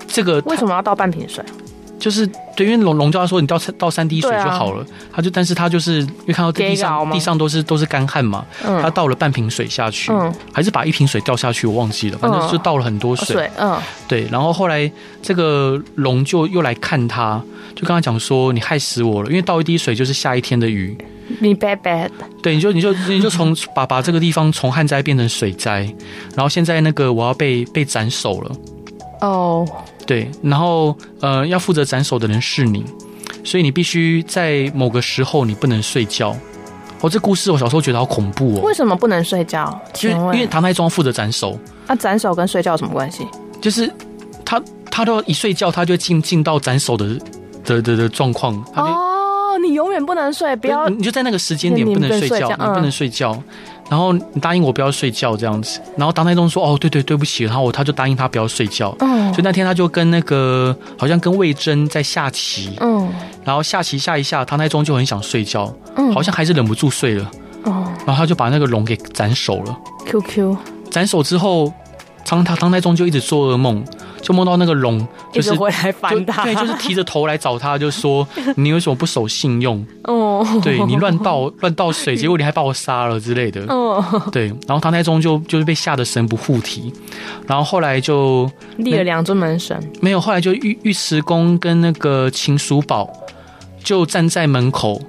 Speaker 1: 这个
Speaker 4: 为什么要倒半瓶水？哦
Speaker 1: 就是对，因为龙龙叫他说你倒三倒三滴水就好了，他就但是他就是因为看到地
Speaker 4: 啊给搞
Speaker 1: 上
Speaker 4: 吗
Speaker 1: 地上都是都是干旱嘛，他
Speaker 4: 嗯
Speaker 1: 倒了半瓶水下去，
Speaker 4: 嗯，
Speaker 1: 还是把一瓶水倒下去，我忘记了，反正
Speaker 4: 嗯
Speaker 1: 就倒了很多水。
Speaker 4: 水，嗯
Speaker 1: 对，然后后来这个龙就又来看他，就跟他讲说：“你害死我了，因为倒一滴水就是下一天的雨。
Speaker 4: 你 bad bad，
Speaker 1: 对，你就你就你就从把把这个地方从旱灾变成水灾，然后现在那个我要被被斩首了。
Speaker 4: 哦，
Speaker 1: 对，然后呃，要负责斩首的人是你，所以你必须在某个时候你不能睡觉。哦，这故事我小时候觉得好恐怖哦
Speaker 4: 为，什么不能睡觉？
Speaker 1: 就
Speaker 4: 请
Speaker 1: 是因为
Speaker 4: 问，
Speaker 1: 唐太宗负责斩首，
Speaker 4: 那斩首跟睡觉有什么关系？
Speaker 1: 就是他他都一睡觉他就进进到斩首的的的的状况，他就。
Speaker 4: 哦，你永远不能睡，不要
Speaker 1: 你你就在那个时间点
Speaker 4: 你
Speaker 1: 不能
Speaker 4: 不能
Speaker 1: 睡
Speaker 4: 睡
Speaker 1: 觉，
Speaker 4: 觉
Speaker 1: 你不能
Speaker 4: 嗯
Speaker 1: 睡觉。然后你答应我不要睡觉这样子，然后唐太宗说哦对对对不起，然后我他就答应他不要睡觉，
Speaker 4: 嗯
Speaker 1: 所以那天他就跟那个好像跟魏征在下棋，
Speaker 4: 嗯
Speaker 1: 然后下棋下一下，唐太宗就很想睡觉，
Speaker 4: 嗯，
Speaker 1: 好像还是忍不住睡了，
Speaker 4: 哦
Speaker 1: 然后他就把那个龙给斩首了。
Speaker 4: ，QQ
Speaker 1: 斩首之后，唐唐唐太宗就一直做噩梦，就梦到那个龙
Speaker 2: 一
Speaker 1: 就
Speaker 2: 直
Speaker 1: 是。
Speaker 2: 回来
Speaker 1: 就
Speaker 2: 烦他，
Speaker 1: 对，就是提着头来找他，就说你为什么不守信用？
Speaker 4: 哦， <laughs>
Speaker 1: 对你乱倒 <laughs> 乱倒水，结果你还把我杀了之类的。
Speaker 4: 哦，
Speaker 1: 对，然后唐太宗就就是被吓得神不护体，然后后来就
Speaker 4: 立了两尊门神，
Speaker 1: 没有，后来就尉尉迟恭跟那个秦叔宝就站在门口，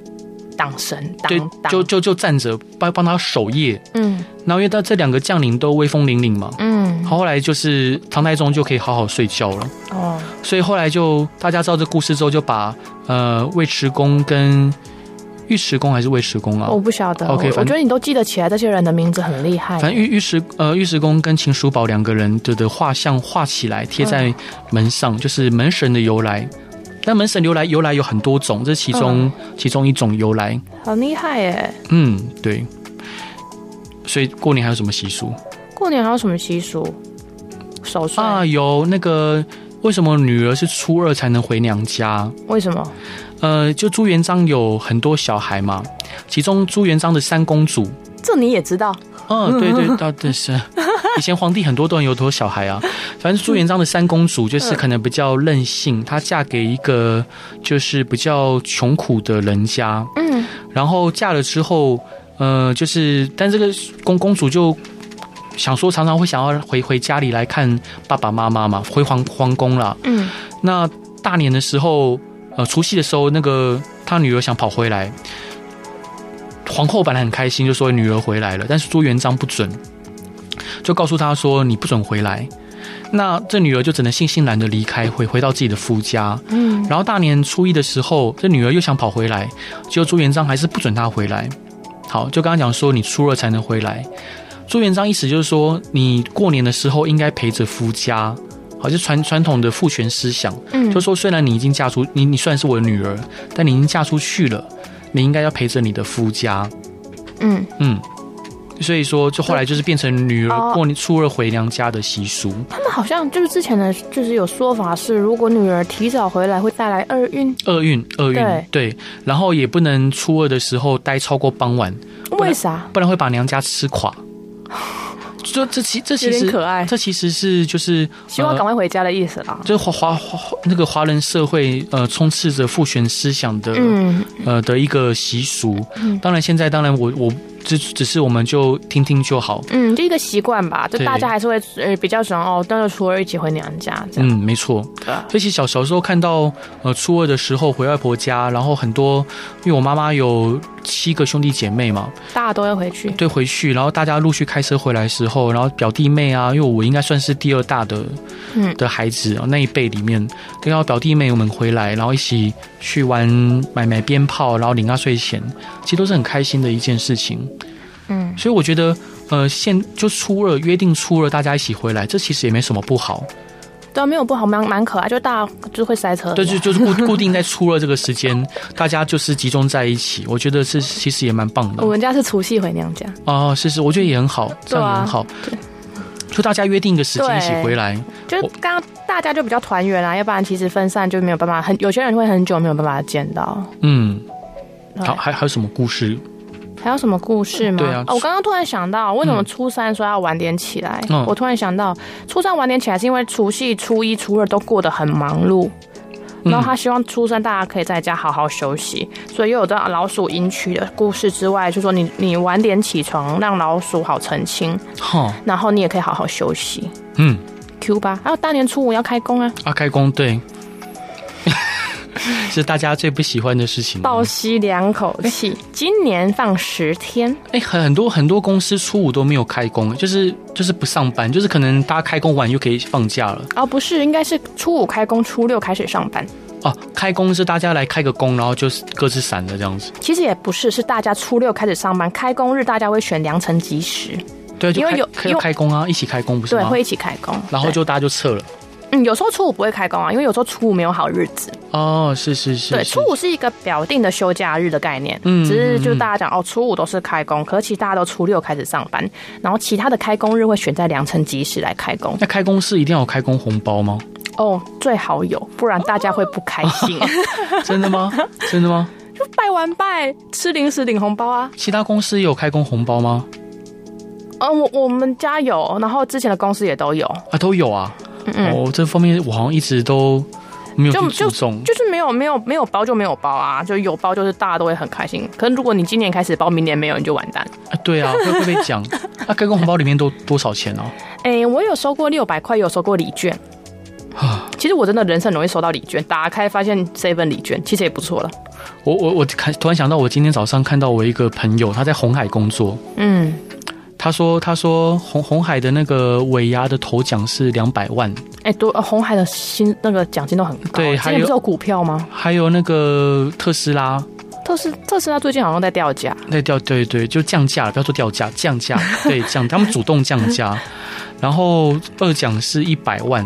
Speaker 4: 挡神
Speaker 1: 对
Speaker 4: 挡，挡，
Speaker 1: 就就就站着帮帮他守夜。
Speaker 4: 嗯
Speaker 1: 然后因为他这两个将领都威风凛凛嘛，
Speaker 4: 嗯，
Speaker 1: 后来就是唐太宗就可以好好睡觉了。
Speaker 4: 哦，
Speaker 1: 所以后来就大家知道这故事之后，就把呃尉迟恭跟尉迟恭还是尉迟恭啊，
Speaker 4: 我不晓得
Speaker 1: OK，
Speaker 4: 我
Speaker 1: 反
Speaker 4: 我觉得你都记得起来这些人的名字，很厉害。
Speaker 1: 反正尉尉迟呃尉迟恭跟秦叔宝两个人的的画像画起来贴在门上，就是门神的由来。但门神由来由来有很多种，这是其中、其中一种由来。
Speaker 4: 很厉害耶！
Speaker 1: 嗯，对。所以过年还有什么习俗
Speaker 4: 过年还有什么习俗？守岁？
Speaker 1: 啊？有那个为什么女儿是初二才能回娘家？
Speaker 4: 为什么？
Speaker 1: 呃，就朱元璋有很多小孩嘛，其中朱元璋的三公主
Speaker 4: 这你也知道？
Speaker 1: 嗯，对对，到底是以前皇帝很多都很有多小孩啊。反正朱元璋的三公主就是可能比较任性，她嫁给一个就是比较穷苦的人家，
Speaker 4: 嗯，
Speaker 1: 然后嫁了之后，呃，就是但这个公公主就。想说常常会想要回回家里来看爸爸妈妈嘛，回皇皇宫啦。
Speaker 4: 嗯，
Speaker 1: 那大年的时候，呃，除夕的时候，那个他女儿想跑回来，皇后本来很开心，就说女儿回来了，但是朱元璋不准，就告诉她说你不准回来。那这女儿就只能悻悻然的离开，回回到自己的夫家。嗯，然后大年初一的时候，这女儿又想跑回来，结果朱元璋还是不准她回来。好，就刚刚讲说你初二才能回来。朱元璋意思就是说，你过年的时候应该陪着夫家，好，就传传统的父权思想。
Speaker 4: 嗯
Speaker 1: 就说虽然你已经嫁出，你你虽然是我的女儿，但你已经嫁出去了，你应该要陪着你的夫家。
Speaker 4: 嗯，
Speaker 1: 嗯，所以说，就后来就是变成女儿
Speaker 4: 哦
Speaker 1: 过年初二回娘家的习俗。
Speaker 4: 他们好像就是之前的，就是有说法是，如果女儿提早回来会带来厄运，
Speaker 1: 厄运，厄运，对，然后也不能初二的时候待超过傍晚，
Speaker 4: 为啥？
Speaker 1: 不然会把娘家吃垮。就这其这
Speaker 2: 有
Speaker 1: 其
Speaker 2: 点
Speaker 1: 实
Speaker 2: 可爱，
Speaker 1: 这其实是就是
Speaker 2: 希望
Speaker 1: 呃
Speaker 2: 赶快回家的意思啊啦。
Speaker 1: 就是华华华那个华人社会呃充斥着父权思想的、
Speaker 2: 嗯，
Speaker 1: 呃的一个习俗。
Speaker 2: 嗯
Speaker 1: 当然现在当然我我只只是我们就听听就好。
Speaker 2: 嗯，就一个习惯吧，就
Speaker 1: 对
Speaker 2: 大家还是会呃比较喜欢哦，那就初二一起回娘家这样。
Speaker 1: 嗯，没错。
Speaker 2: 对啊
Speaker 1: 所以其实小小时候看到呃初二的时候回外婆家，然后很多因为我妈妈有七个兄弟姐妹嘛，
Speaker 2: 大家都会回去。
Speaker 1: 对，回去，然后大家陆续开车回来的时候，然后表弟妹啊，因为我应该算是第二大的，
Speaker 2: 嗯
Speaker 1: 的孩子那一辈里面，跟到表弟妹我们回来，然后一起去玩买买鞭炮，然后领压岁钱，其实都是很开心的一件事情。
Speaker 2: 嗯，
Speaker 1: 所以我觉得，呃，现就初二约定初二大家一起回来，这其实也没什么不好。
Speaker 2: 对啊，没有不好，蛮蛮可爱，就大家就会塞车。
Speaker 1: 对，就就是固固定在初二这个时间，大家就是集中在一起，我觉得是其实也蛮棒的
Speaker 2: 我。们家是除夕回娘家，
Speaker 1: 哦，是是，我觉得也很好，这样
Speaker 2: 对啊
Speaker 1: 也很好。
Speaker 2: 对
Speaker 1: 就大家约定一个时间一起
Speaker 2: 对
Speaker 1: 回来，
Speaker 2: 就是
Speaker 1: 我
Speaker 2: 刚刚大家就比较团圆啊啦，要不然其实分散就没有办法，很有些人会很久没有办法见到。
Speaker 1: 嗯，
Speaker 2: 对
Speaker 1: 好，还还有什么故事？
Speaker 2: 还有什么故事吗？
Speaker 1: 对啊
Speaker 2: 哦我刚刚突然想到，为什么
Speaker 1: 嗯
Speaker 2: 初三说要晚点起来？
Speaker 1: 嗯
Speaker 2: 我突然想到，初三晚点起来是因为除夕、初一、初二都过得很忙碌，
Speaker 1: 嗯
Speaker 2: 然后他希望初三大家可以在家好好休息，所以又有这老鼠迎娶的故事之外，就说你你晚点起床，让老鼠好成亲，
Speaker 1: 哈，
Speaker 2: 然后你也可以好好休息。
Speaker 1: 嗯，
Speaker 2: Q 吧，还有大年初五要开工啊，
Speaker 1: 啊，开工对， <laughs> 是大家最不喜欢的事情。
Speaker 2: 倒吸两口气。今年放十天，
Speaker 1: 哎、很很多很多公司初五都没有开工，就是就是不上班，就是可能大家开工完就可以放假了。
Speaker 2: 哦，不是，应该是初五开工，初六开始上班。
Speaker 1: 哦、开工是大家来开个工，然后就是各自散了这样子。
Speaker 2: 其实也不是，是大家初六开始上班，开工日大家会选良辰吉时，
Speaker 1: 对，啊就
Speaker 2: 因为
Speaker 1: 开
Speaker 2: 有
Speaker 1: 开
Speaker 2: 因为
Speaker 1: 开工啊，一起开工不是
Speaker 2: 对，
Speaker 1: 吗
Speaker 2: 会？一起开工。
Speaker 1: 然后就大家就撤了。
Speaker 2: 对嗯，有时候初五不会开工啊，因为有时候初五没有好日子。
Speaker 1: 哦，是是是，
Speaker 2: 对，
Speaker 1: 是
Speaker 2: 初五是一个表定的休假日的概念，
Speaker 1: 嗯
Speaker 2: 只是就
Speaker 1: 嗯嗯
Speaker 2: 大家讲哦，初五都是开工，可是其实大家都初六开始上班，然后其他的开工日会选在良辰吉时来开工。
Speaker 1: 那开工是一定要有开工红包
Speaker 2: <laughs>
Speaker 1: 吗？
Speaker 2: 哦，最好有，不然大家会不开
Speaker 1: <laughs>
Speaker 2: 心。
Speaker 1: 真的吗？真的吗？
Speaker 2: 就拜完拜，吃零食领红包啊。
Speaker 1: 其他公司也有开工红包吗？
Speaker 2: 嗯，我我们家有，然后之前的公司也都有，
Speaker 1: 啊，都有啊。
Speaker 2: 嗯嗯。
Speaker 1: 哦，这方面我好像一直都没有去注重。
Speaker 2: 就是没有没有没有包就没有包啊，就有包就是大家都会很开心。可是如果你今年开始包，明年没有你就完蛋。
Speaker 1: 啊对啊，会会被
Speaker 2: <laughs>
Speaker 1: 讲。那、开工红包里面都多少钱哦、
Speaker 2: 哎、我有收过六百块，有收过礼券。
Speaker 1: <sighs> 啊？
Speaker 2: 其实我真的人生很容易收到礼券，打开发现这份礼券，其实也不错了。
Speaker 1: 我我我看突然想到，我今天早上看到我一个朋友，他在红海工作。
Speaker 2: 嗯，
Speaker 1: 他说：“他说红红海的那个尾牙的头奖是两百万，
Speaker 2: 哎、多、呃红海的薪那个奖金都很高。
Speaker 1: 对
Speaker 2: 之
Speaker 1: 还有
Speaker 2: 前不是有股票吗？
Speaker 1: 还有那个特斯拉
Speaker 2: 特斯特斯拉最近好像在掉价。
Speaker 1: 那掉对对，就降价了，不要说掉价，降价对降，他们主动降价。然后二奖是一百万，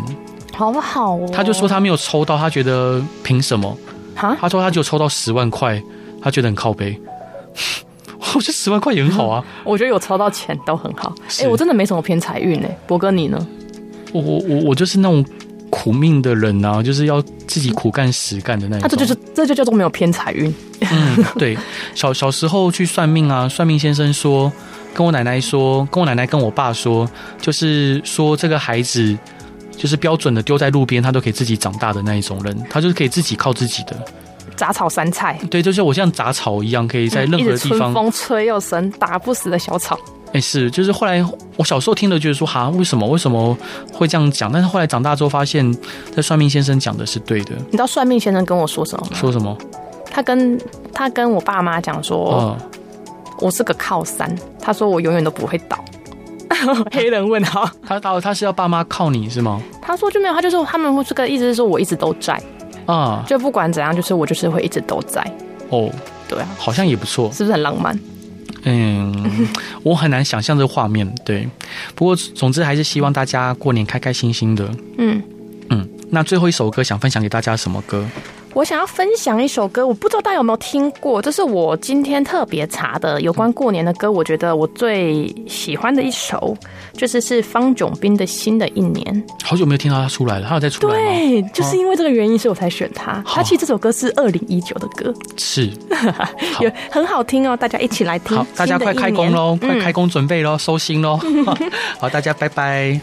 Speaker 2: 好不好哦？
Speaker 1: 他就说他没有抽到，他觉得凭什么？
Speaker 2: 哈，
Speaker 1: 他说他只有抽到十万块，他觉得很靠背。 <laughs> 我觉得十万块也很好啊。
Speaker 2: 我觉得有抽到钱都很好。哎、
Speaker 1: 是
Speaker 2: 我真的没什么偏财运哎、博哥你呢？
Speaker 1: 我我我我就是那种苦命的人啊，就是要自己苦干实干的那一种。
Speaker 2: 那、啊这就是这就叫做没有偏财运。
Speaker 1: 嗯，对， <laughs> 小小时候去算命啊，算命先生说，跟我奶奶说，跟我奶奶跟我爸说，就是说这个孩子。就是标准的丢在路边，他都可以自己长大的那一种人，他就是可以自己靠自己的。
Speaker 2: 杂草三菜，
Speaker 1: 对，就像我像杂草一样，可以在任
Speaker 2: 嗯一
Speaker 1: 何地
Speaker 2: 直 <laughs> 春
Speaker 1: 方
Speaker 2: 风吹又生，打不死的小草。
Speaker 1: 哎、是，就是后来我小时候听了，觉得说哈，为什么为什么会这样讲？但是后来长大之后发现，这算命先生讲的是对的。
Speaker 2: 你知道算命先生跟我说什么吗？
Speaker 1: 说什么？
Speaker 2: 他跟他跟我爸妈讲说，
Speaker 1: 哦，
Speaker 2: 我是个靠山，他说我永远都不会
Speaker 1: <laughs>
Speaker 2: 倒。黑人问号，
Speaker 1: 他他他是要爸妈靠你是吗？
Speaker 2: 他说就没有，他就是他们这个意思是说我一直都在，
Speaker 1: 啊，
Speaker 2: 就不管怎样，就是我就是会一直都在。
Speaker 1: 哦，
Speaker 2: 对啊，
Speaker 1: 好像也不错。
Speaker 2: 是不是很浪漫？ <laughs>
Speaker 1: 嗯，我很难想象这画面。对，不过总之还是希望大家过年开开心心的。
Speaker 2: 嗯，
Speaker 1: 嗯，那最后一首歌想分享给大家什么歌？
Speaker 2: 我想要分享一首歌，我不知道大家有没有听过，这是我今天特别查的有关过年的歌，我觉得我最喜欢的一首，就是是方炯斌的《新的一年》。
Speaker 1: 好久没有听到他出来了，他有再出来吗？
Speaker 2: 对，就是因为这个原因，所以我才选它。它其实这首歌是二零一九的歌，
Speaker 1: 是，好
Speaker 2: 有很好听哦，大家一起来听
Speaker 1: 好。，大家
Speaker 2: 新
Speaker 1: 快
Speaker 2: 的一嗯
Speaker 1: 开工
Speaker 2: 年 <laughs>
Speaker 1: 喽，快开工准备喽，收心喽。好，大家拜拜。